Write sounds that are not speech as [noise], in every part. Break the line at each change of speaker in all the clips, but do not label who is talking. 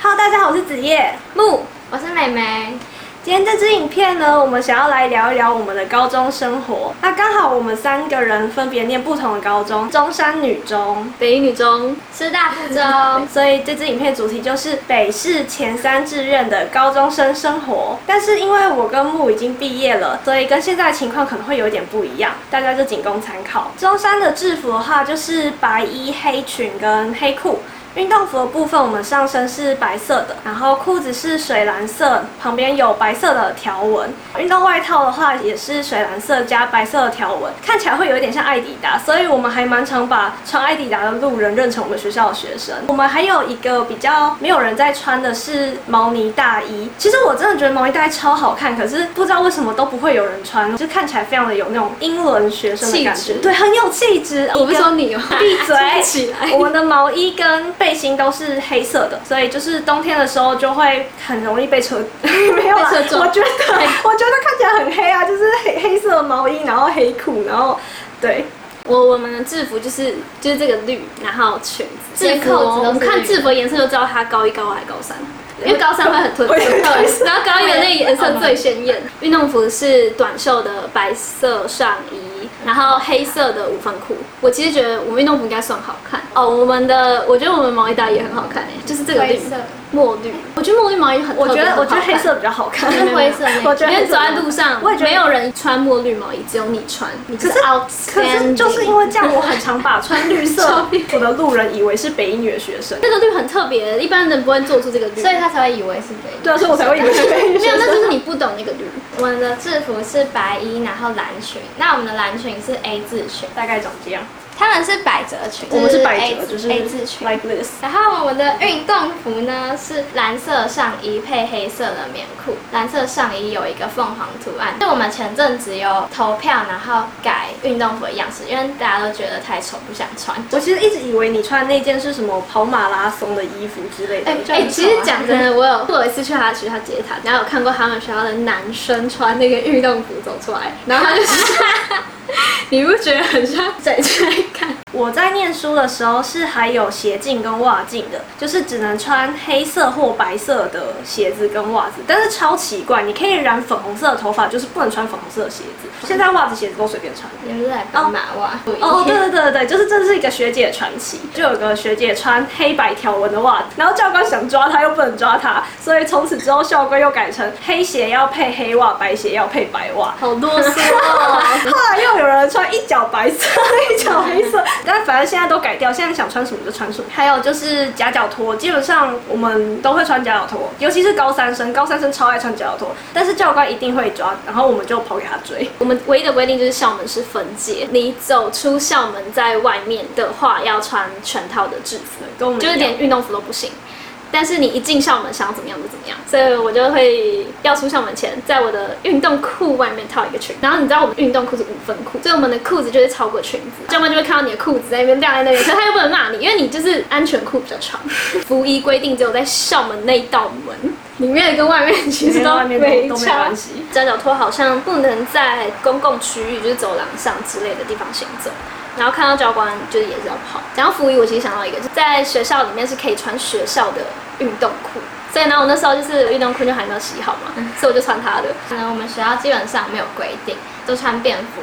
Hello，大家好，我是子叶木。
我是美眉，
今天这支影片呢，我们想要来聊一聊我们的高中生活。那刚好我们三个人分别念不同的高中，中山女中，，
北一女中，师大附中
哦所以这支影片主题就是北市前三志愿的高中生生活。但是因为我跟木已经毕业了，所以跟现在的情况可能会有一点不一样，大家就仅供参考。中山的制服的话，就是白衣、黑裙跟黑裤。运动服的部分，我们上身是白色的，然后裤子是水蓝色，旁边有白色的条纹。运动外套的话也是水蓝色加白色的条纹，看起来会有一点像艾迪达，所以我们还蛮常把穿艾迪达的路人认成我们学校的学生。我们还有一个比较没有人在穿的是毛呢大衣，其实我真的觉得毛呢大衣超好看，可是不知道为什么都不会有人穿，就看起来非常的有那种英伦学生的感
气
觉，
质
对，很有气质。
[laughs] 我不是说 [laughs] 你吗？！
闭嘴
站起来
我们的毛衣跟背心都是黑色的，所以就是冬天的时候就会很容易被车 [laughs] 没有啦。
被车
我
撞 [laughs]
觉得我觉得看起来很黑啊，就是黑黑色的毛衣，然后黑裤，然后对
我我们的制服就是就是这个绿，然后裙子，
制服
哦我
都
们
是
看
绿
制服的颜色就知道它高一、高二还是高三，因为高三会很 [laughs] 突
我也是
突，然后高一的那个颜色最鲜 [laughs] 艳。运动服是短袖的白色上衣，然后黑色的五分裤。我其实觉得我们运动服应该算好看哦。我们的我觉得我们毛衣搭也很好看诶，就是这个绿
灰色，
墨绿，我觉得墨绿毛衣很特
我觉
别，
得我
很好
觉得
看
黑色比较好看。
是
[laughs]
灰色那
[laughs]
个
我觉
因
得黑
为
色
走在路上，
我也觉得
没有人穿墨绿毛衣，只有你穿，你就
可是
outstanding。
可是就是因为这样，我很常把穿绿色衣服的路人以为是北一女的学生，
这个绿很特别，一般人不会做出这个绿，
所以他才会以为是北一。
对啊，所以我才会以为是北一女
[laughs] 没
学
有，那
生。
就是你不懂那个
[laughs]
绿。
我们的制服是白衣，然后蓝裙。那我们的蓝裙是 A 字裙，
大概长这样，
他们是百褶裙，
我们是百
A
褶，就是
A 字裙。
like this。
然后我们的运动服呢是蓝色上衣配黑色的棉裤，蓝色上衣有一个凤凰图案。就我们前阵子有投票，然后改运动服的样式，因为大家都觉得太丑，不想穿。
我其实一直以为你穿那件是什么跑马拉松的衣服之类的。
哎、
就
哎，
很
其实
丑啊
讲真的，我有我有一次去他的学校接他，然后有看过他们学校的男生穿那个运动服走出来，然后他就是， [laughs] 你不觉得很像仔出来看？
我在念书的时候是还有鞋镜跟袜镜的，就是只能穿黑色或白色的鞋子跟袜子，但是超奇怪，你可以染粉红色的头发，就是不能穿粉红色的鞋子。现在袜子、鞋子都随便穿。
你们是来帮马袜？
嗯哦，对对对对，就是这是一个学姐的传奇，就有个学姐穿黑白条纹的袜子，然后教官想抓她又不能抓她，所以从此之后校规又改成黑鞋要配黑袜，白鞋要配白袜。
好啰嗦哦。 [laughs]
[laughs]
后来又有人穿一脚白色，一脚黑色，但反正现在都改掉，现在想穿什么就穿什么。还有就是夹脚拖，基本上我们都会穿夹脚拖，尤其是高三生，高三生超爱穿夹脚拖，但是教官一定会抓，然后我们就跑给他追。
我们唯一的规定就是校门是分界，你走出校门在外面的话，要穿全套的制服。
跟我们
就是
一样
连运动服都不行。但是你一进校门，想要怎么样就怎么样，所以我就会要出校门前，在我的运动裤外面套一个裙，然后你知道我们运动裤是五分裤，所以我们的裤子就是超过裙子，教官就会看到你的裤子在那边晾在那边，可是他又不能骂你，因为你就是安全裤比较长。服役规定只有在校门那一道门里面跟外面其
里
实
面
都
外面都
没
都没
差
关系。
夹脚拖好像不能在公共区域，就是走廊上之类的地方行走。然后看到教官就是也是要跑。然后服役，我其实想到一个，就在学校里面是可以穿学校的运动裤，所以呢，我那时候就是运动裤就还没有洗好嘛，
嗯
所以我就穿他的。
可能我们学校基本上没有规定，都穿便服，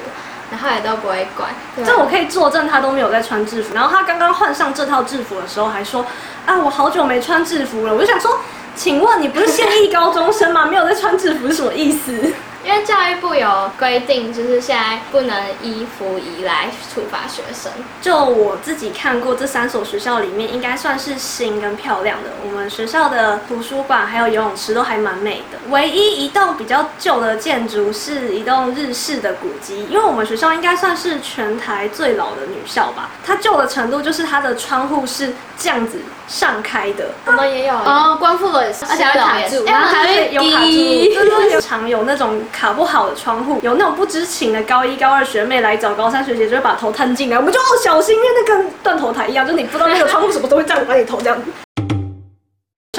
然后也都不会管。
这我可以作证，他都没有在穿制服。然后他刚刚换上这套制服的时候，还说：“啊，我好久没穿制服了。”我就想说，请问你不是现役高中生吗？没有在穿制服是什么意思？
因为教育部有规定，就是现在不能依服仪来处罚学生。
就我自己看过这三所学校里面，应该算是新跟漂亮的。我们学校的图书馆还有游泳池都还蛮美的。唯一一栋比较旧的建筑是一栋日式的古迹，因为我们学校应该算是全台最老的女校吧。它旧的程度就是它的窗户是这样子上开的，
我们也有
哦，光复楼也是，而且还会
哦
卡住，然后还会
哎有卡住，
[laughs] 滴。
就是有常有那种卡不好的窗户，有那种不知情的高一高二学妹来找高三学姐，就会把头探进来，我们就哦小心，因为那跟断头台一样，就你不知道那个窗户什么都会这样把你头这样。学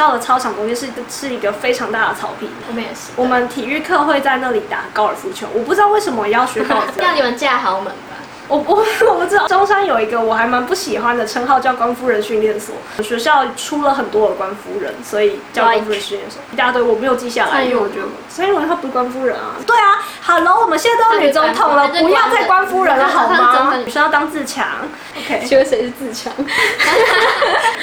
校的操场中间是一个是一个非常大的草坪，
我们也是。
我们体育课会在那里打高尔夫球，我不知道为什么要学高尔夫
要你们架好门吧？
我我我不知道，中山有一个我还蛮不喜欢的称号叫官夫人训练所，学校出了很多的官夫人，所以叫官夫人训练所，一大堆我没有记下来，
蔡
因
英
为
文
哎我觉得蔡英文她不是官夫人啊，对啊，Hello，我们现在都有女总统了，
她是官
不
夫
要再官夫人了
她是
好
她是真
吗？
的
女生要当自强，OK，
请问谁是自强？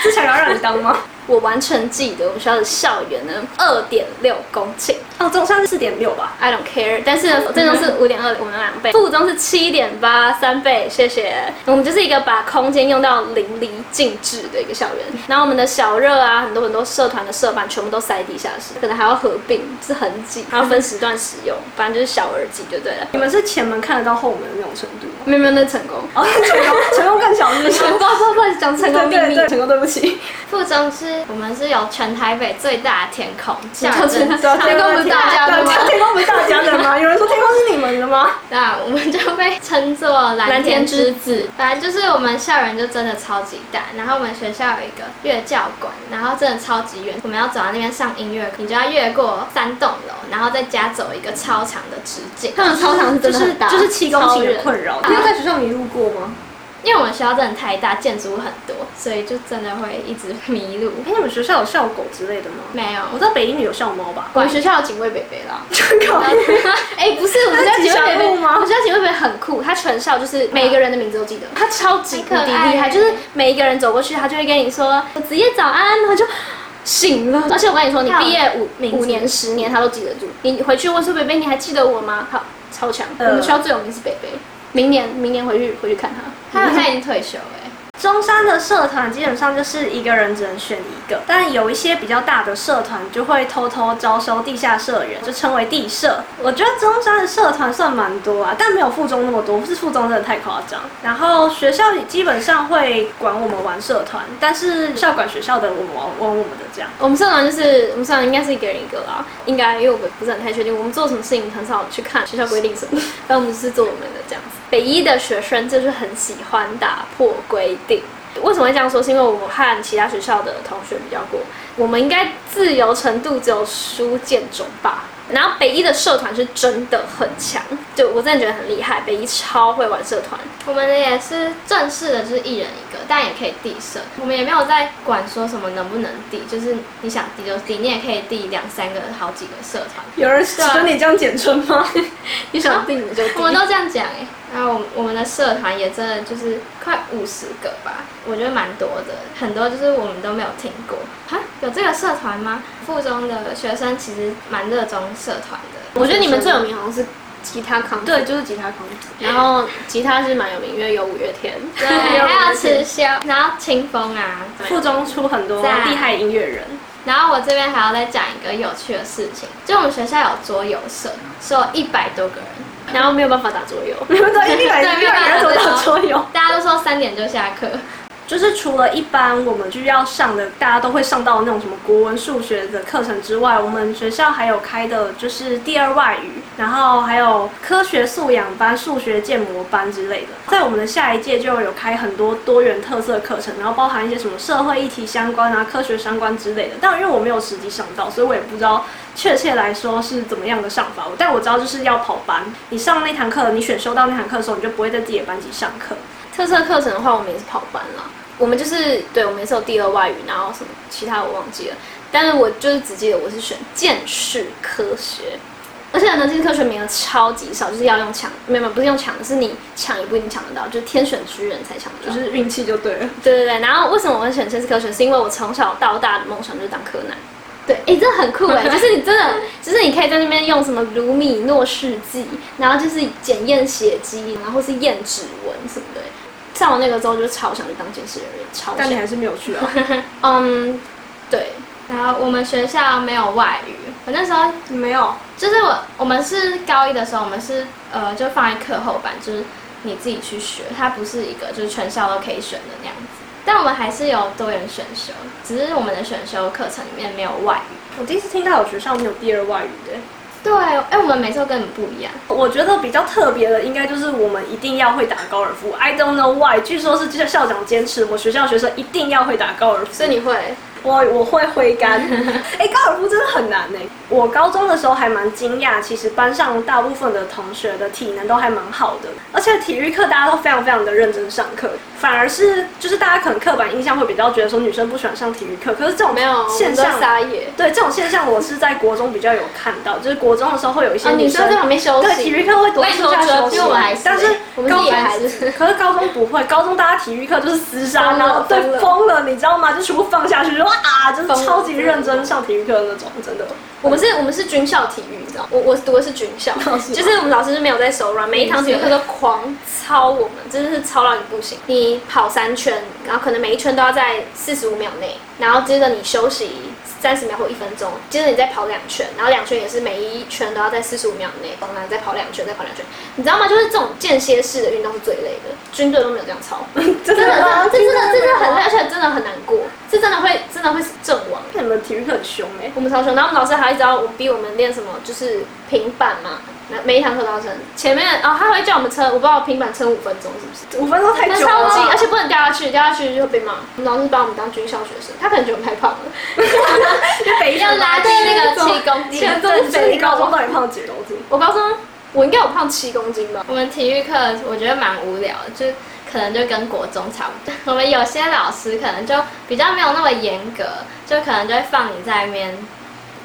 自强要让你当吗？
我完全记得我们学校的校园呢，二点六公顷
[laughs] 哦，中山是四点六吧。
，I don't care。但是呢，正中是五点二，我们两倍；附中是七点八，三倍。谢谢。我们就是一个把空间用到淋漓尽致的一个校园。然后我们的小热啊，很多很多社团的社办全部都塞地下室，可能还要合并，是很挤，还要分时段使用，反正就是小而挤就对了。
你们是前门看得到后门的那种程度吗？
[laughs] 没有没有，那成功。
哦，成功成功更小是不是？
不好不好不好，讲成功秘
对对
密。
对，成功对不起。
附中是我们是有全台北最大的天空，
你
校
就知
园
道
真
天空不是大家的吗
对天空不是大家的吗？有人说天空是你们的吗？
那我们就被称作蓝天之子。反正就是我们校园就真的超级大，然后我们学校有一个乐教馆，然后真的超级远，我们要走到那边上音乐课，你就要越过三栋楼，然后再加走一个超长的直 [laughs] 径。
他们
嗯
操场是真的很大，
就是七公
超
顷的
人
困扰。你有在学校迷路过吗？
因为我们学校真的太大，建筑物很多，所以就真的会一直迷路。
哎，你们学校有校狗之类的吗？
没有，
我知道北一女有校猫 [laughs] 吧？
我们学校有警卫北北 [laughs] 啦。
真搞笑
哎、不是，我们
那
家
是吉
警卫北
祥
北，
物吗
我们家警卫北北很酷，他全校就是每一个人的名字都记得， [laughs] 他超级无敌
太可爱
厉害，
了
就是每一个人走过去，他就会跟你说子夜早安，然后就。醒了，而且我跟你说，你毕业五
名字
五年、十年，他都记得住。你回去问说：“北北，你还记得我吗？”好，超强。
呃
我们学校最有名是北北，明年明年回去回去看他。
他好像已经退休了、欸。
中山的社团基本上就是一个人只能选一个，但有一些比较大的社团就会偷偷招收地下社员，就称为地社。我觉得中山的社团算蛮多啊，但没有附中那么多，是附中真的太夸张。然后学校基本上会管我们玩社团，但是校管学校的，我们玩玩我们的这样。
我们社团就是我们社团应该是一个人一个啦，应该因为我们不是很太确定，我们做什么事情很少去看学校规定什么，反正我们就是做我们的这样子。北一的学生就是很喜欢打破规定。为什么会这样说？是因为我和其他学校的同学比较过，我们应该自由程度只有书建中吧。然后北一的社团是真的很强，就我真的觉得很厉害，北一超会玩社团。
我们的也是正式的，就是一人一个，但也可以递设。我们也没有在管说什么能不能递，就是你想递就递，你也可以递两三个、好几个社团。
[laughs] 有人说你这样简称吗？ [laughs]
你想定你就定
我们都这样讲哎、然后我们我们的社团也真的就是快五十个吧，我觉得蛮多的，很多就是我们都没有听过。哈，有这个社团吗？附中的学生其实蛮热衷社团的。 [laughs]
我觉得你们最有名好像是吉他康
对，就是吉他空子。
然后吉他是蛮有名，因为有五月天。[laughs]
对，还有持修，然后清风啊，
附中出很多
在
厉害音乐 [laughs] 人，
然后我这边还要再讲一个有趣的事情，就我们学校有桌游社，是有一百多个人，
然后没有办法打桌游，
你们都一百
对
一百人怎么打桌游？
大家都说三点就下课，
就是除了一般我们需要上的，大家都会上到那种什么国文、数学的课程之外，我们学校还有开的就是第二外语，然后还有科学素养班、数学建模班之类的。在我们的下一届就有开很多多元特色课程，然后包含一些什么社会议题相关啊、科学相关之类的。但因为我没有实际上到，所以我也不知道确切来说是怎么样的上法。但我知道就是要跑班，你上那堂课，你选修到那堂课的时候，你就不会在自己的班级上课。
特色课程的话，我们也是跑班啦。我们就是对，我们也是有第二外语，然后什么其他我忘记了，但是我就是只记得我是选见识科学，而且呢，这些科学名额超级少，就是要用抢，没有没有不是用抢的，是你抢也不一定抢得到，就是天选之人才抢得
就
到。
是运气就对了，
对对对，然后为什么我会选这次科学？是因为我从小到大的梦想就是当柯南。对，哎，这很酷 [laughs] 哎，就是你真的，就是你可以在那边用什么卢米诺试剂，然后就是检验血迹，然后是验指纹什么的。上完那个之后，就超想去当监视人员，超
但你
想。
还是没有去啊。
嗯，对，
然后我们学校没有外语，我那时候
[laughs] 没有，
就是我我们是高一的时候，我们是呃就放在课后班，就是你自己去学，它不是一个就是全校都可以选的那样子。但我们还是有多元选修，只是我们的选修课程里面没有外语。
我第一次听到有学校没有第二外语的。
对，哎，我们每次都跟你们不一样。
我觉得比较特别的，应该就是我们一定要会打高尔夫。I don't know why，据说是校校长坚持，我学校学生一定要会打高尔夫。
所以你会，
我我会挥杆。哎、高尔夫真的很难呢、我高中的时候还蛮惊讶，其实班上大部分的同学的体能都还蛮好的，而且体育课大家都非常非常的认真上课，反而是就是大家可能刻板印象会比较觉得说女生不喜欢上体育课，可是这种
没有，我
现
们都
象
撒野。
对这种现象，我是在国中比较有看到，就是国中的时候会有一些
哦，女生在旁边休
对
息，
体育课会躲
我也
出去休
同学
息
因为我还是，
但是
我们是
高
野
中
孩子。
可是高中不会，高中大家体育课就是厮杀，
疯了
然后对
疯了
疯了，你知道吗？就全部放下去，就哇，就
疯
是
了
超级认真上体育课的那种，真的。
我们是，我们是军校体育，你知道吗？我我读的是军校，
是吗
就是我们老师是没有在手软，每一堂体育课都狂操我们，真的是操到你不行。你跑三圈，然后可能每一圈都要在四十五秒内，然后接着你休息三十秒或一分钟，接着你再跑两圈，然后两圈也是每一圈都要在四十五秒内，然后再跑两圈，再跑两圈，你知道吗？就是这种间歇式的运动是最累的，军队都没有这样 [laughs] 操，
真
真的，真
吗
的，这真的，这真的很累，而且真的很难过，这真的会，真的会阵亡。
看你们体育课很凶哎、
我们超凶，然后我们老师还一直要我逼我们练什么，就是平板嘛，每每一堂课都要撑。前面哦，他会叫我们撑，我不知道平板撑五分钟是不是？
五分钟太
那
久了
超级，
吧，
而且不能掉下去，掉下去就会被骂。我们老师把我们当军校学生，他可能觉得我们太胖了，
[laughs] 北
要拉近那个气功
你
机。
真
真
的
的
是你
肥肉
高中到底胖了几公斤？
我高中我应该有胖七公斤吧。
我们体育课我觉得蛮无聊的，就可能就跟国中差不多。我们有些老师可能就比较没有那么严格，就可能就会放你在那边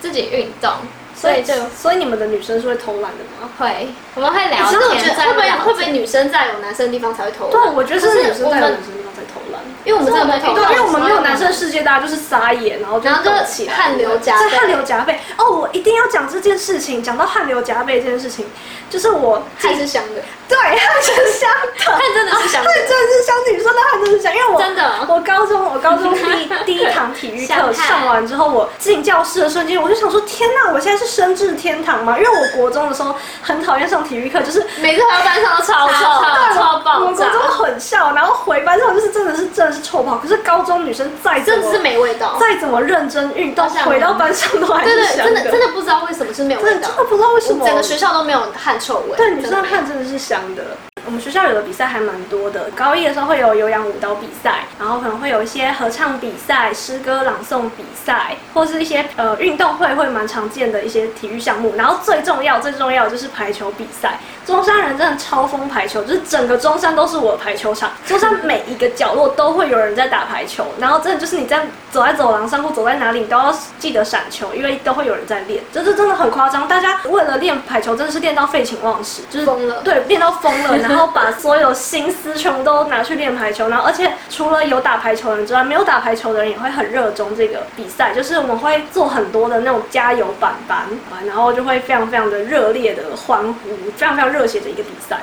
自己运动，所以就
所以你们的女生是会偷懒的吗？
会哎我们会聊
可是哎我觉
天，
得
在
会不会
聊
会不会女生在有男生的地方才会投？
对，我觉得是
可是
女生
我
在
们
有女生地方才偷懒。
因为我们真的
可是我
投。
们
对，因为我
我
们没
们
有男
啊
生世界，大家就是撒野，然后就
然后就
动起来
汗流浃背
是汗流浃背。哦，我一定要讲这件事情，讲到汗流浃背这件事情，就是我
汗是香的，
对汗是香的，
汗真的是香 [laughs]
汗
的，
真的是香，女生的汗真的是香，因为我
真的啊
我高中我高中第一
[laughs]
第一堂体育课
香汗
上完之后，我进教室的瞬间，我就想说，天哪，我现在是身至天堂吗？因为我国中的时候很讨厌上体育课，就是
每次回到班上都超臭，
超
超
我
爆
国
炸，
中混校，然后回班上就是真的是真的是臭跑。可是高中女生再怎
真
么
的是没味道。
再怎么认真运动
好想，
回到班上都还
对
是
对，
香
真的真
的
的不知道为什么是没有味
真的
道
真，的不知道为什么
整个学校都没有汗臭味。
对女生
真
的
的没有
汗真的是香的。我们学校有的比赛还蛮多的，高一的时候会有有氧舞蹈比赛，然后可能会有一些合唱比赛、诗歌朗诵比赛，或是一些呃运动会会蛮常见的一些体育项目。然后最重要最重要的就是排球比赛，中山人真的超疯排球，就是整个中山都是我的排球场，中山每一个角落都会有人在打排球，然后真的就是你在走在走廊上或走在哪里，你都要记得闪球，因为都会有人在练，就是真的很夸张。大家为了练排球，真的是练到废寝忘食，就是
疯了
对，练到疯
[laughs]
了，然后把所有心思全部都拿去练排球，然后而且除了有打排球的人之外，没有打排球的人也会很热衷这个比赛，就是我们会做很多的那种加油板板，然后就会非常非常的热烈的欢呼，非常非常热血的一个比赛。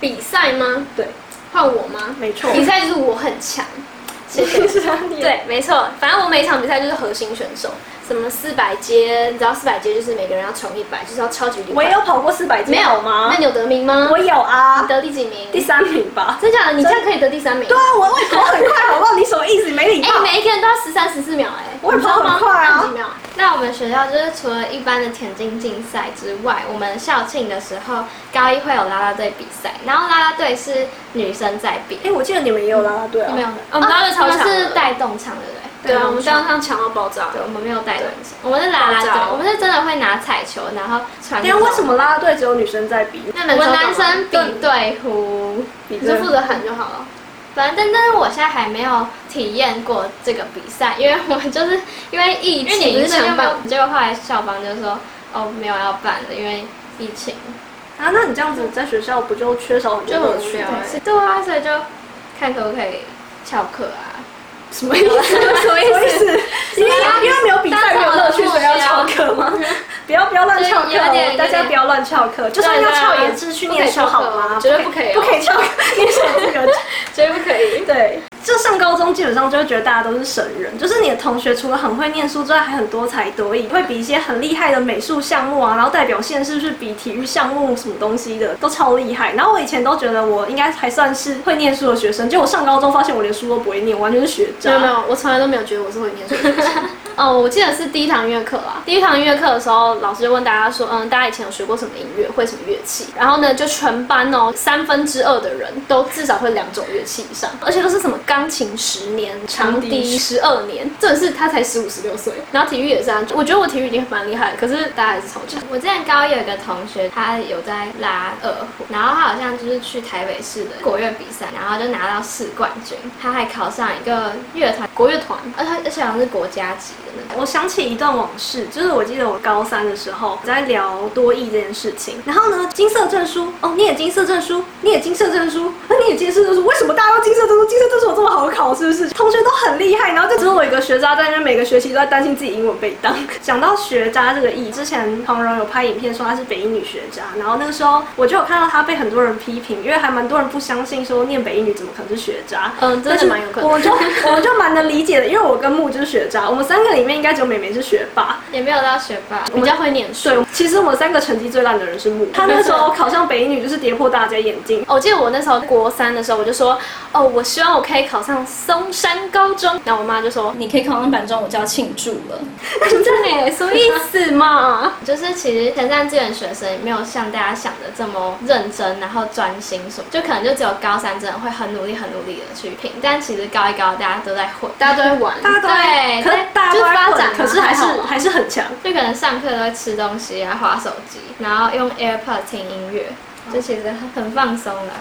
比赛吗？
对，
换我吗？
没错，
比赛就是我很强。谢谢。 [laughs] 对，没错，反正我每一场比赛就是核心选手，什么四百阶，你知道四百阶就是每个人要冲一百，就是要超级厉害。
我也有跑过四百
没
斤，
有
好吗
那？你有得名吗？
我有啊
你，得第几名？
第。三名吧。
真假的？你这样可以得第三名？
对啊，我我也跑很快，好不好？你什么意思？你没礼
哎、
貌。
每一个人都要十三、十四秒、哎，
我也跑很快啊
你知道吗那你几秒？
那我们学校就是除了一般的田径竞赛之外，我们校庆的时候，高一会有啦啦队比赛，然后啦啦队是女生在比，
哎，我记得你们也有啦啦队啊
没。有的，
我们啦啦队超
我们
强的
是带动唱的，对不对？
对啊，我们刚刚强到爆炸。
对，我们没有带动唱，我们是啦啦
爆炸
队，我们是真的会拿彩球，然后传。
等一下啊为什？么啦啦队只有女生在比？
那
我
能
们
抽到吗
男生比对呼，
比
你就
对
负责喊就好了。
反正但是我现在还没有体验过这个比赛，因为我就是因为疫
因为你不
情，
是
所以就
想
没有
办。
结果后来校方就说，哦，没有要办了，因为疫情。
啊，那你这样子在学校不就缺少很多
就
乐
很
趣
无聊
吗？
欸。对啊，所以就看可不可以翘课啊。
什
[laughs]
么意思？ [laughs] 什么意 [laughs] 思？因为因为没有比赛没有乐趣，所以要翘课吗？ [laughs] 不要不要乱翘课
对有点有
哦，
点
大家不要乱翘课，就算要翘也是去念书好
[laughs]
吗？
绝对不可以哦
不可以翘课，你什么这个？
绝对不可以。
对，就上高中基本上就会觉得大家都是神人，就是你的同学除了很会念书之外，还很多才多艺，会比一些很厉害的美术项目啊，然后代表县市去比体育项目什么东西的，都超厉害。然后我以前都觉得我应该还算是会念书的学生，结果我上高中发现我连书都不会念，完全是学渣。
没有没有，我从来都没有觉得我是会念书的学生。哦，我记得是第一堂音乐课啦。第一堂音乐课的时候，老师就问大家说，嗯，大家以前有学过什么音乐，会什么乐器？然后呢，就全班哦，三分之二的人都至少会两种乐器以上，而且都是什么钢琴十年，长
长笛
笛十二年，这也是他才十五十六岁。然后体育也是啊，我觉得我体育已经蛮厉害，可是大家还是超级。
我之前高一有一个同学，他有在拉二胡，然后他好像就是去台北市的国乐比赛，然后就拿到市冠军，他还考上一个乐团，
国乐团，
而且而且好像是国家级的那种。
我想起一段往事，就是我记得我高三的时候在聊多艺这件事情，然后呢，金色证书，哦，你也金色证书，你也金色证书，那你也金色证书，为什么大家都金色证书？金色证书有这么好考是不是？同学都很厉害，然后就只有我一个学渣在那边每个学期都在担心自己英文被当。讲到学渣这个意，之前黄蓉有拍影片说她是北一女学渣，然后那个时候我就有看到她被很多人批评，因为还蛮多人不相信说念北一女怎么可能是学渣，
嗯，真
但
的
是
蛮有可能。
我就我们就蛮能理解的，因为我跟木就是学渣，我们三个里面应该只有美美是学霸。
也没有到学霸，
比较会念书。
对，其实我们三个成绩最烂的人是木，他那时候考上北一女就是跌破大家眼镜。
我记得我那时候国三的时候，我就说，哦，我希望我可以考上松山高中。然后我妈就说，
你可以考上板中，我就要庆祝了。
真的哎，什么意思嘛？
就是其实前三志愿学生也没有像大家想的这么认真，然后专心什么，就可能就只有高三真的会很努力、很努力的去拼，但其实高一高二大家都在混，
大家都会玩，
大家都在
对
可是大家都在
就发
混
展啊
可是还是
还好啊
还是很强。
就可能上课都会吃东西啊、划手机，然后用 AirPod 听音乐，就其实很放松啦。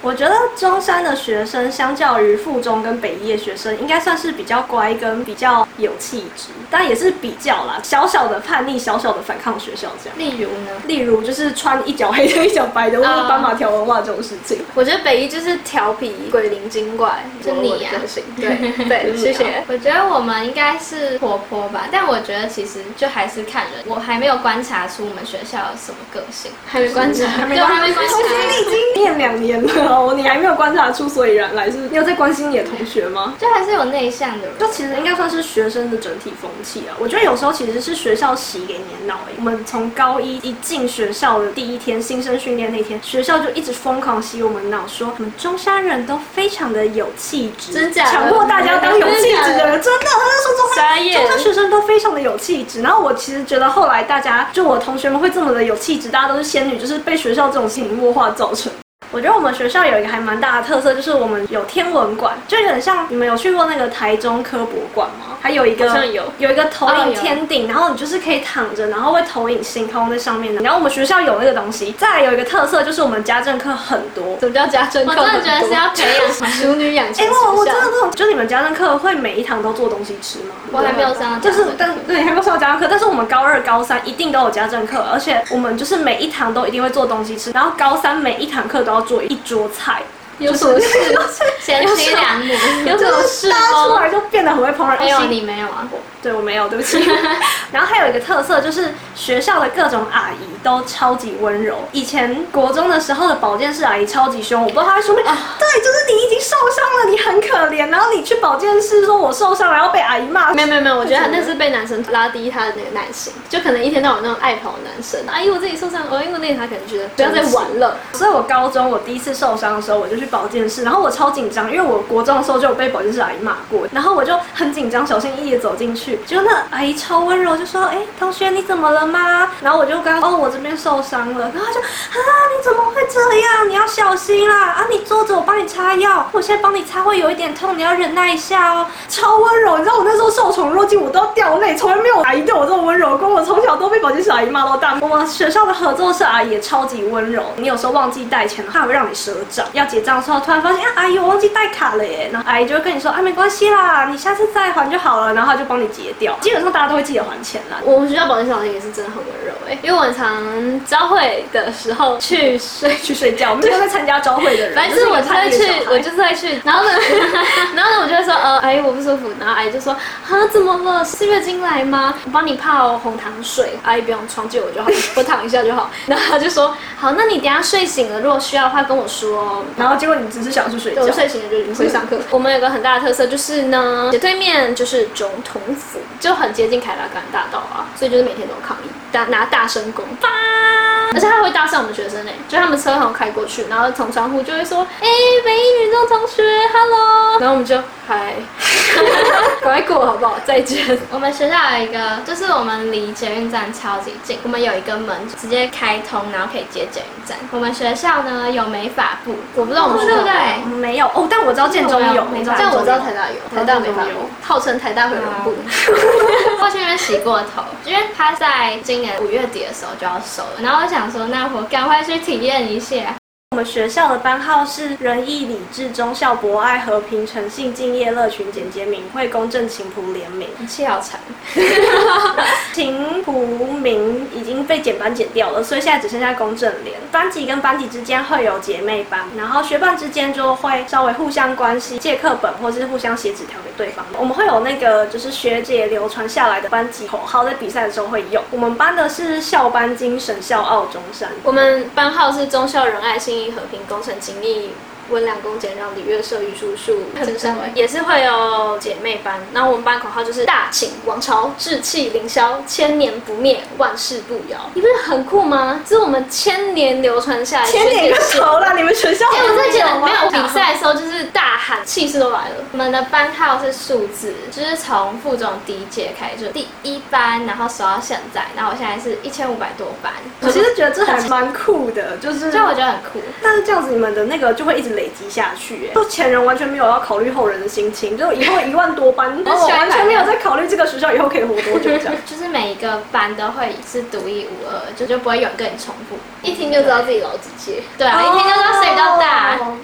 我觉得中山的学生相较于附中跟北一的学生，应该算是比较乖跟比较有气质，但也是比较啦，小小的叛逆，小小的反抗学校这样。
例如呢，
例如就是穿一脚黑的，一脚白的，或者
啊
是斑马条纹袜这种事情。
我觉得北一就是调皮、鬼灵精怪，
就你呀
我的个性。啊 [laughs] 对对，谢谢。
我觉得我们应该是活泼吧，但我觉得其实就还是看人，我还没有观察出我们学校有什么个性。
还
[laughs]
没观察，
没观察还没观察
其实你已经念两年了哦，你还没有观察出所以然来，是不是？你有在关心你的同学吗？
就还是有内向的人，
就其实应该算是学生的整体风气啊。我觉得有时候其实是学校洗给你的脑、欸。我们从高一一进学校的第一天，新生训练那天，学校就一直疯狂洗我们脑，说我们中山人都非常的有气质，
真假的
强迫大家当有气质的人，真的，他就说中山
傻眼
中山学生都非常的有气质。然后我其实觉得后来大家就我同学们会这么的有气质，大家都是仙女，就是被学校这种潜移默化造成。我觉得我们学校有一个还蛮大的特色，就是我们有天文馆，就有点像你们有去过那个台中科博馆吗？还有一个
好像有
一个投
哦
影
有
天顶，然后你就是可以躺着，然后会投影星空在上面的。然后我们学校有那个东西。再来有一个特色就是我们家政课很多，
什么叫家政
我
课？
真的觉得是要培养出来
熟女 [laughs] 养成
哎、我我
学
真
校
的。那种，就你们家政课会每一堂都做东西吃吗？
我还没有上到
就
这
是
样，
但 [laughs] 对，还没有上家政课，但是我们高二、高三一定都有家政课，而且我们就是每一堂都一定会做东西吃，然后高三每一堂课都要做一桌菜，
有什么
[laughs]
事？
贤妻良母，
有什么事
大家出
吗？
来就变得很会烹饪。
没有你没有啊？
对我没有，对不起。
[laughs]
然后还有一个特色就是学校的各种阿姨都超级温柔。以前国中的时候的保健室阿姨超级凶，我不知道她在说
啊
什么。对，就是你已经受伤了，你很可怜，然后你去保健室说我受伤了，然后被阿姨骂。
没有没有没有，我觉得那是被男生拉低他的那个耐心，就可能一天到晚那种爱跑的男生，哎呦我自己受伤，哦，因为那天他可能觉得不要再玩了，
所以我高中我第一次受伤的时候，我就去保健室，然后我超紧张，因为我国中的时候就有被保健室阿姨骂过，然后我就很紧张，小心翼翼的走进去，结果那阿姨超温柔，就说：“哎、同学你怎么了吗？”然后我就跟她说：“哦，我这边受伤了。”然后她就啊，你怎么会这样？你要小心啦！啊，你坐着，我帮你擦药，我现在帮你擦会有一点痛，你要忍耐一下哦。超温柔，你知道我那时候受宠若惊，我都要掉泪，从来没有阿姨对我这么温柔过。我从小都被保健室阿姨骂到大。我们学校的合作社阿姨也超级温柔，你有时候忘记带钱，她还会让你赊账。要结账的时候，突然发现啊，阿姨我忘记带卡了耶，然后阿姨就会跟你说啊，没关系啦，你下次再还就好了，然后她就帮你结掉。基本上大家都会记得还钱 [laughs] 啦。
我们学校保健小姐也是真的很温柔哎、因为我常朝会的时候去睡，
去睡觉，我们没有在参加招会的人，
反正就是我就
就是叛
会
逆的小
去，
孩
我就是会去，然后呢， [laughs] 然后呢，我就会说呃，阿姨我不舒服，然后阿姨就说啊怎么了？是月经来吗？我帮你泡红糖水，阿姨不用床借我就好，我躺一下就好。 [laughs] 然后她就说好，那你等一下睡醒了，如果需要的话跟我说哦。
然后结果你只是想去睡
对，
觉
我。睡醒了就已经会上课。嗯我们有个很大的特色就是呢，斜对面就是总统府，就很接近凯拉格兰大道啊，所以就是每天都有抗议，大拿大声公，叭！而且他会搭讪我们学生呢、欸就他们车好像开过去，然后从窗户就会说：“哎、美一女中同学，hello。”然后我们就嗨， [laughs] 赶快过好不好？再见。
我们学校有一个，就是我们离捷运站超级近，我们有一个门直接开通，然后可以接捷运站。我们学校呢有美发
[laughs]
部，
我不知道我们学
对
校
不对？
我们没有哦，但我知道建中有，
没有
中
没
有
有
但我知道台大有，台大没法
有
有，号称台大毁容部。
我去那边洗过头，因为他在今年五月底的时候就要收了，然后我想说，那我赶快去体验一下。
我们学校的班号是仁义礼智忠孝博爱和平诚信敬业乐群简洁明慧公正勤朴廉明。
气好长，
勤朴明已经被减班减掉了，所以现在只剩下公正联。班级跟班级之间会有姐妹班，然后学伴之间就会稍微互相关心，借课本或是互相写纸条给对方。我们会有那个就是学姐流传下来的班级口号，在比赛的时候会用。我们班的是校班精神，校傲中山。
我们班号是忠孝仁爱信义和平工程精密温良恭俭让礼乐射御叔术，
很深欸
也是会有姐妹班。然后我们班口号就是大秦王朝志气凌霄，千年不灭，万世不摇。你不是很酷吗？这是我们千年流传下来的
先点
学
个
姐 [laughs] 系
头啦！你们学校
哎我在讲
没有
我想
比赛的时候就是大喊，气势都来了。
我们的班号是数字，就是从附中第一届开始，就是第一班，然后数到现在，然后我现在是一千五百多班，
我其实觉得这还蛮酷的，就是
所以嗯我觉得很酷。
但是这样子，你们的那个就会一直累积下去、哎，就前人完全没有要考虑后人的心情，就以后一万多班，
[laughs] 那
我
下一
完
代
全没有在考虑这个学校以后可以活多久这
[laughs]
样。
就是每一个班都会是独一无二，就就不会有人跟你重复。
一听就知道自己老几届。
对啊，一听就知道谁比较大。
哦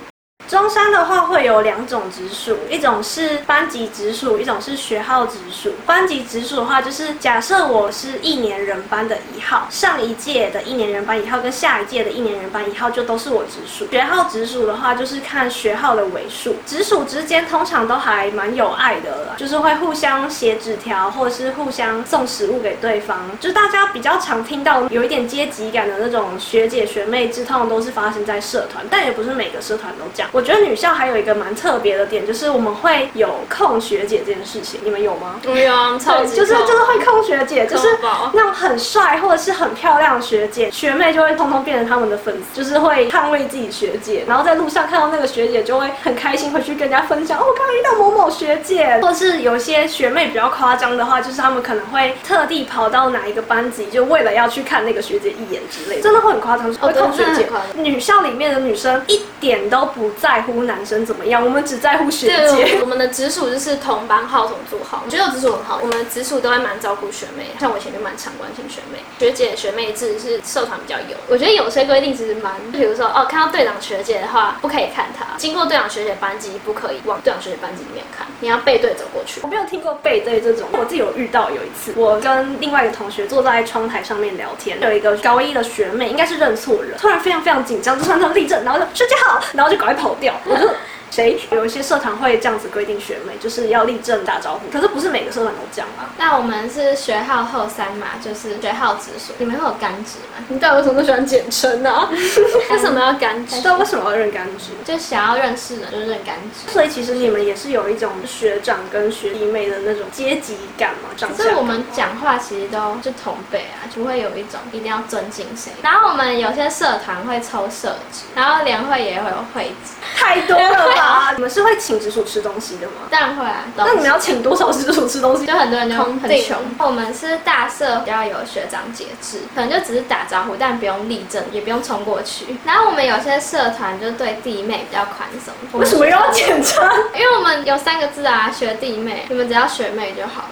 中山的话会有两种直属，一种是班级直属，一种是学号直属。班级直属的话，就是假设我是一年人班的一号，上一届的一年人班一号跟下一届的一年人班一号就都是我直属。学号直属的话，就是看学号的尾数。直属之间通常都还蛮有爱的啦，就是会互相写纸条，或者是互相送食物给对方。就是大家比较常听到有一点阶级感的那种学姐学妹制，通常都是发生在社团，但也不是每个社团都这样。我觉得女校还有一个蛮特别的点，就是我们会有控学姐这件事情，你们有吗？
对啊，超级
就是就是会控学姐，就是
控爆
那种很帅或者是很漂亮的学姐，学妹就会通通变成他们的粉丝，就是会捍卫自己学姐，然后在路上看到那个学姐就会很开心，回去跟人家分享，哦，我刚刚遇到某某学姐，或是有些学妹比较夸张的话，就是他们可能会特地跑到哪一个班级，就为了要去看那个学姐一眼之类的，真的会很夸张，会控学
哦真的
姐
很夸。张
女校里面的女生一点都不在乎男生怎么样，我们只在乎学姐。
对，我们的直属就是同班号同组号，我觉得我直属很好，我们的直属都还蛮照顾学妹，像我以前就蛮常关心学妹，学姐学妹制是社团比较有，我觉得有些规定其实蛮，比如说哦，看到队长学姐的话不可以看她，经过队长学姐班级不可以往队长学姐班级里面看，你要背对走过去
我。没有听过背对这种，我自己有遇到有一次，我跟另外一个同学坐在窗台上面聊天，有一个高一的学妹，应该是认错人，突然非常非常紧张，就突然立正，然后就学姐好，然后就赶快跑掉。我就谁有一些社团会这样子规定学妹，就是要立正打招呼，可是不是每个社团都这样啊。
那我们是学号后三嘛，就是学号直属。你们会有干直吗？
你到底为什么都喜欢简称啊？ [laughs] 为什么要干直
啊不？知道为什么要认干支，
就想要认识人就认干直。
所以其实你们也是有一种学长跟学弟妹的那种阶级感嘛，长
所以
相
我们讲话其实都就同辈啊，就会有一种一定要尊敬谁。然后我们有些社团会抽社职，然后联会也会有会址，
太多了吧？你们是会请直属吃东西的吗？
当然会啊。
那你们要请多少直属吃东西
就？很多人就
同
很
辈
穷。我们是大社比较有学长节制，可能就只是打招呼，但不用立正，也不用冲过去。然后我们有些社团就对弟妹比较宽松。
为什么又要检查？
因为我们有三个字啊，学弟妹，你们只要学妹就好了，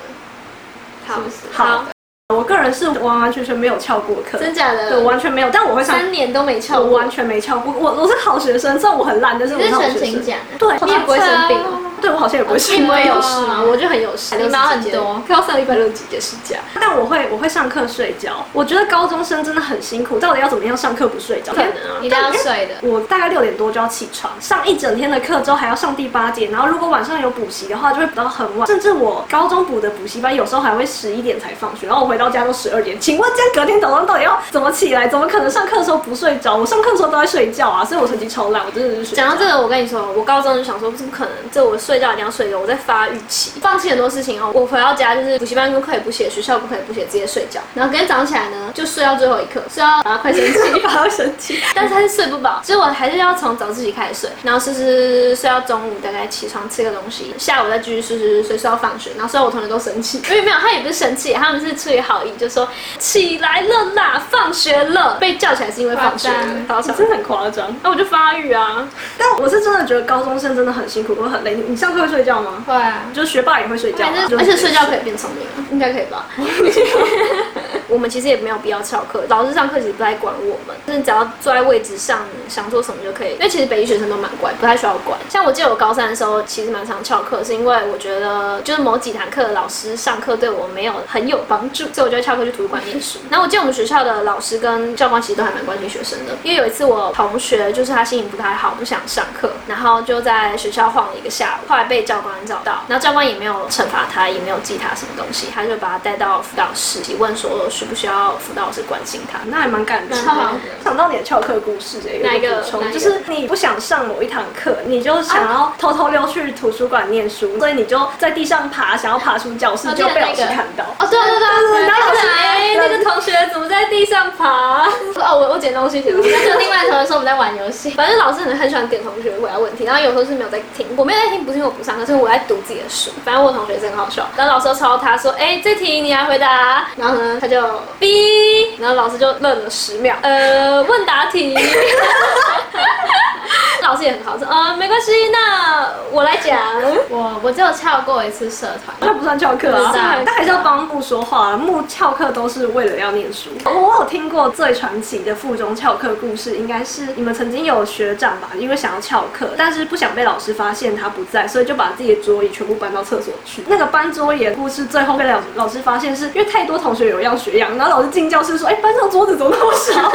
好
是不是？
好， [laughs] 我个人是完完全全没有翘过课，
真假
对，我
的？
完全没有。但我会上，
三年都没翘
我
过
完。全没翘过。我我是好学生，虽然我很烂，但是我
你是
好
全
学
勤
生。
奖，
对，
你也不会生病哦。
对我好像也不会
你
生
不会
病，
有事吗？我就很有事，
你毛很多，
看到上礼拜六几节事假。
但我会我会上课睡觉。我觉得高中生真的很辛苦，到底要怎么样上课不睡觉？
可能啊
一定要睡的。
我大概六点多就要起床，上一整天的课之后还要上第八节，然后如果晚上有补习的话，就会补到很晚，甚至我高中补的补习班有时候还会十一点才放学，然后我回到家都十二点。请问这样隔天早上到底要怎么起来？怎么可能上课的时候不睡着？我上课的时候都在睡觉啊，所以我成绩超烂，我真的是睡
讲到这个，我跟你说，我高中就想说，怎么可能？这我睡觉一定要睡够，我在发育期，放弃很多事情哦。我回到家就是补习班功课也不写，学校功课也不写，直接睡觉。然后隔天早上起来呢，就睡到最后一刻，睡到啊快生气， [laughs] 把我生气，但是还是睡不饱，所以我还是要从早自习开始睡，然后睡睡睡到中午，大概起床吃个东西，下午再继续睡睡睡睡睡到放学。然后虽然我同学都生气， [laughs] 因为没有他也不是生气，他们是出于好意，就说起来了啦，放学了，被叫起来是因为放学了早
夸张，
上
[laughs] 真的很夸张。哦
那、我就发育啊，
但我是真的觉得高中生真的很辛苦，会很累。你你上课会睡觉吗？
会啊，
就是学霸也会睡觉啊，
反正
就
而
是
且睡觉可以变聪明啊，应该可以 [laughs] 吧？我们其实也没有必要翘课，老师上课其实不太管我们，就是你只要坐在位置上，想做什么就可以。因为其实北医学生都蛮乖，不太需要管。像我记得我高三的时候，其实蛮常翘课，是因为我觉得就是某几堂课的老师上课对我没有很有帮助，所以我就会翘课去图书馆念书。然后我记得我们学校的老师跟教官其实都还蛮关心学生的，因为有一次我同学就是他心情不太好，不想上课，然后就在学校晃了一个下午，后来被教官找到，然后教官也没有惩罚他，也没有记他什么东西，他就把他带到辅导室，问说需不需要辅导室关心他。
那还蛮感人
蛮
的
好。
嗯想到你的翘课故事、欸，
哪一个
有补充
哪一个
就是你不想上某一堂课，你就想要偷偷溜去图书馆念书，所以你就在地上爬，想要爬出教室，
哦
就被老师
那个
看到。
哦，对对对
对
对，然后
对对
哎，那个同学怎么在地上爬？ [laughs] 哦，我我捡东西，捡东西。
那就另外同学说我们在玩游戏，
反正老师很很喜欢点同学回答问题，然后有时候是没有在听，我没有在听，不是因为我不上课，是因为我在读自己的书。反正我同学真的很好笑，然后老师就抄他说：“哎、这题你来回答。”然后呢，他就 B，然后老师就愣了十秒，呃，问答题。老师也很好说，
哦
呃，没关系，那我来讲。
[laughs] 我我只有翘过一次社团，
那不算翘课啊
不是啊，
但还是要帮木说话啊。木翘课都是为了要念书。我我有听过最传奇的附中翘课故事，应该是你们曾经有学长吧，因为想要翘课，但是不想被老师发现他不在，所以就把自己的桌椅全部搬到厕所去。 [laughs] 那个搬桌椅的故事，最后被老老师发现是，因为太多同学有样学样，然后老师进教室说：“哎、班上桌子怎么那么少？”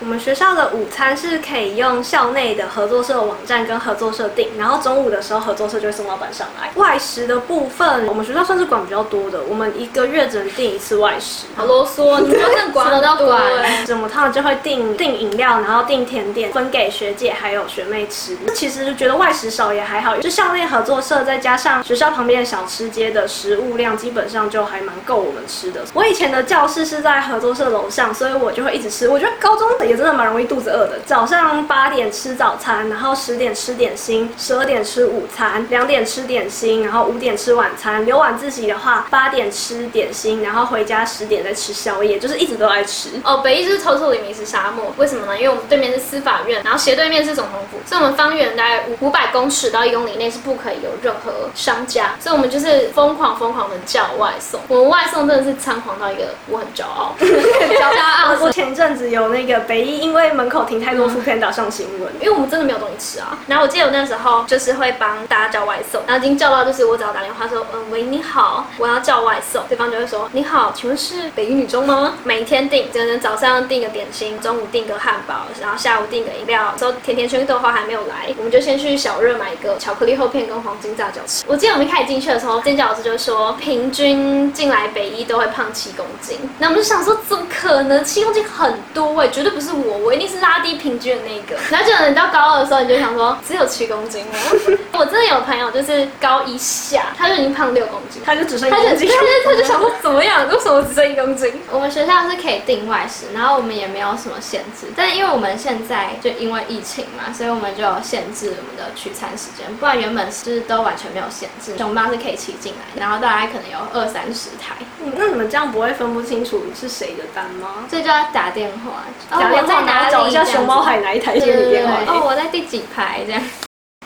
我们学校的午餐是可以用校内的合作社网站跟合作社订，然后中午的时候合作社就会送到班上来。外食的部分，我们学校算是管比较多的，我们一个月只能订一次外食。
好啰嗦，你真的管
什么都
多
管
哎
什么他们就会订订饮料，然后订甜点，分给学姐还有学妹吃。其实觉得外食少也还好，就校内合作社再加上学校旁边的小吃街的食物量，基本上就还蛮够我们吃的。我以前的教室是在合作社楼上，所以我就会一直吃。我觉得高中也真的蛮容易肚子饿的，早上八点吃早餐，然后十点吃点心，十二点吃午餐，两点吃点心，然后五点吃晚餐。留晚自习的话，八点吃点心，然后回家十点再吃宵夜，就是一直都爱吃。
哦，北一就是偷偷里迷是沙漠，为什么呢？因为我们对面是司法院，然后斜对面是总统府，所以我们方圆大概五五百公尺到一公里内是不可以有任何商家，所以我们就是疯狂疯狂的叫外送，我们外送真的是猖狂到一个我很骄傲， [laughs] 骄傲，
啊我前阵子有那个北一，因为门口停太多副片打上新闻。
因为我们真的没有东西吃啊。然后我记得我那时候就是会帮大家叫外送，然后已经叫到就是我只要打电话说，嗯喂你好，我要叫外送，对方就会说你好，请问是北一女中吗？每天订，只能早上订个点心，中午订个汉堡，然后下午订个饮料。之后甜甜圈豆花还没有来，我们就先去小热买一个巧克力厚片跟黄金炸饺吃。我记得我们一开始进去的时候，尖叫老师就说平均进来北一都会胖七公斤，那我们就想说怎么可能七公斤很多哎、绝对不是我，我一定是拉低平均的那一个。然后就等到高二的时候，你就想说只有七公
[laughs]
斤了。我真的有朋友就是高一下，他就已经胖六公斤，
他就只剩一
他
[laughs]
就
公
他就
斤，
他就想说怎么样，为什么只剩一公斤？
我们学校是可以订外食，然后我们也没有什么限制，但是因为我们现在就因为疫情嘛，所以我们就有限制我们的取餐时间，不然原本是都完全没有限制。熊猫是可以骑进来，然后大概可能有二三十台，
[laughs] 嗯那你们这样不会分不清楚是谁的单吗？
所以就要打电话，哦
打电
我在
话然
哪
后
里
找一下
这样
熊猫
子
海哪一台
对
接你
对对
电话。
对哦，我在第几排这样。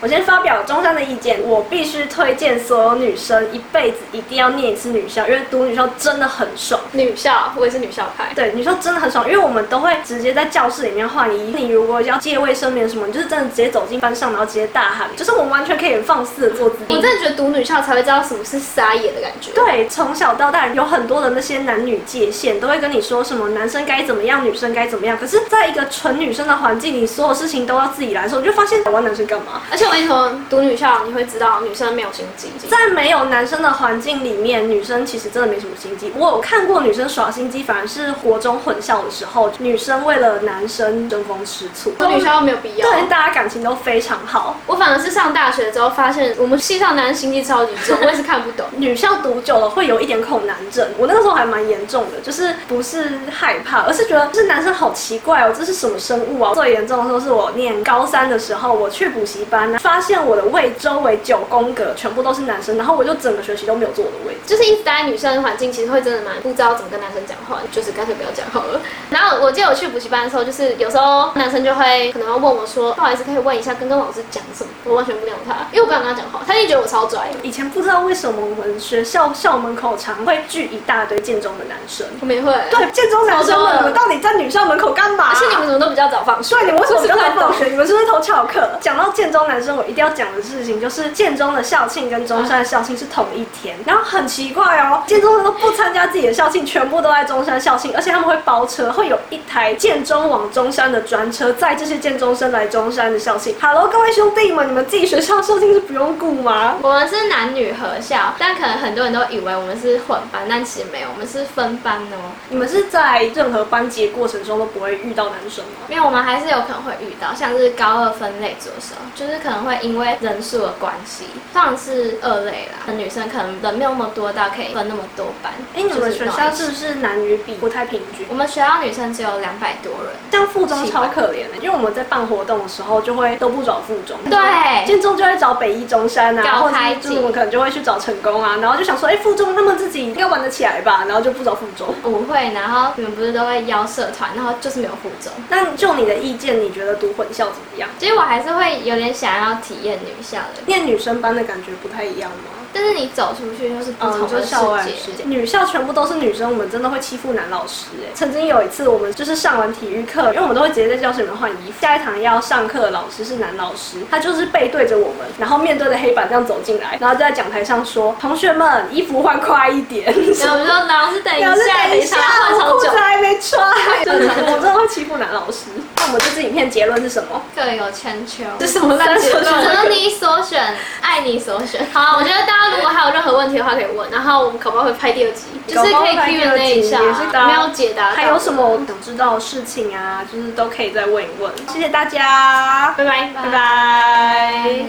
我先发表中山的意见，我必须推荐所有女生一辈子一定要念一次女校，因为读女校真的很爽。
女校，我也是女校派。
对，女校真的很爽，因为我们都会直接在教室里面换衣。你如果要借卫生棉什么，你就是真的直接走进班上，然后直接大喊，就是我们完全可以很放肆的做自己。
我真的觉得读女校才会知道什么是撒野的感觉。
对，啊从小到大有很多的那些男女界限，都会跟你说什么男生该怎么样，女生该怎么样。可是，在一个纯女生的环境里，所有事情都要自己来的时候，我就发现台湾男生干嘛？
而且我跟你说，读女校你会知道女生没有心机，
在没有男生的环境里面，女生其实真的没什么心机。我有看过女生耍心机，反而是国中混校的时候，女生为了男生争风吃醋。
读女校没有必要。
对，大家感情都非常好。
我反而是上大学之后发现，我们系上男生心机超级重，我也是看不懂。
女校读久了会有一点恐男症，我那个时候还蛮严重的，就是不是害怕，而是觉得就是男生好奇怪哦，这是什么生物啊？最严重的时候是我念高三的时候，我去补习班呢，发现我的位周围九宫格全部都是男生，然后我就整个学期都没有坐我的位置。
就是一直待在女生的环境，其实会真的蛮不知道怎么跟男生讲话，就是干脆不要讲好了。然后我记得我去补习班的时候，就是有时候男生就会可能会问我说：“不好意思，可以问一下刚刚老师讲什么？”我完全不鸟他，因为我不想跟他讲话，他一定觉得我超拽。
以前不知道为什么我们学校校门口常会聚一大堆建中的男生，
我们也会，而
对，啊建中男生们，
好多了
你们到底在女校门口干嘛、
且你们怎么都比较早放学？
对，你们为什么叫他放
我是不太懂
学？你们是不是偷翘课？讲到建中男生，我一定要讲的事情就是建中的校庆跟中山的校庆是同一天，然后很奇怪哦，建中人都不参加自己的校庆，全部都在中山校庆，而且他们会包车，会有一台建中往中山的专车载这些建中生来中山的校庆。Hello，各位兄弟们，你们自己学校校庆是不用顾吗？
我们是男女合校，但可能很多人都以为我们是混班，但其实没有，我们是分班哦。
你们是在任何班级的过程中都不会遇到男生吗？
因为我们还是有可能会遇到，像是高二分类组的时候，就是可能会因为人数的关系，通常是二类啦，女生可能人没有那么多到可以分那么多班。
哎，你们
就是
学
弄
校
一起
是不是男女比不太平均？
我们学校女生只有两百多人，
像附中超可怜的、因为我们在办活动的时候就会都不找附中，
对
建中就会找北一中山啊，
搞
或者
排
是
挤
就是我们可能就会去找成功啊，然后就想说，哎、附中那么自己应该玩得起来吧，然后就不找附中。
舞会，然后你们不是都会邀社团，然后就是没有附中。
那就你的意见，你觉得读混校怎么样？
其实我还是会有点想要体验女校的，
念女生班的感觉不太一样吗？
但是你走出去就是不
嗯
同
哦就
的
是
世
校外
界。
界，女校全部都是女生，我们真的会欺负男老师、哎，曾经有一次，我们就是上完体育课，因为我们都会直接在教室里面换衣服。下一堂要上课的老师是男老师，他就是背对着我们，然后面对着黑板这样走进来，然后就在讲台上说：“同学们，衣服换快一点。”
然后我们说老师等一
表示
下，
等一下
下，，换
我
好
裤
久
子，还没穿，我真的会欺负男老师。那我们这支影片结论是什么？
各有千秋。
这啊是什么烂结论？
择你所选，爱你所选。
好，啊我觉得大家如果还有任何问题的话可以问，然后我们可不好会拍第二集，就是可以 Q&A 一下啊
搞不好会拍第二集也是大家
没有解答到，
还有什么想知道的事情啊？就是都可以再问一问。谢谢大家，
拜拜。
拜拜。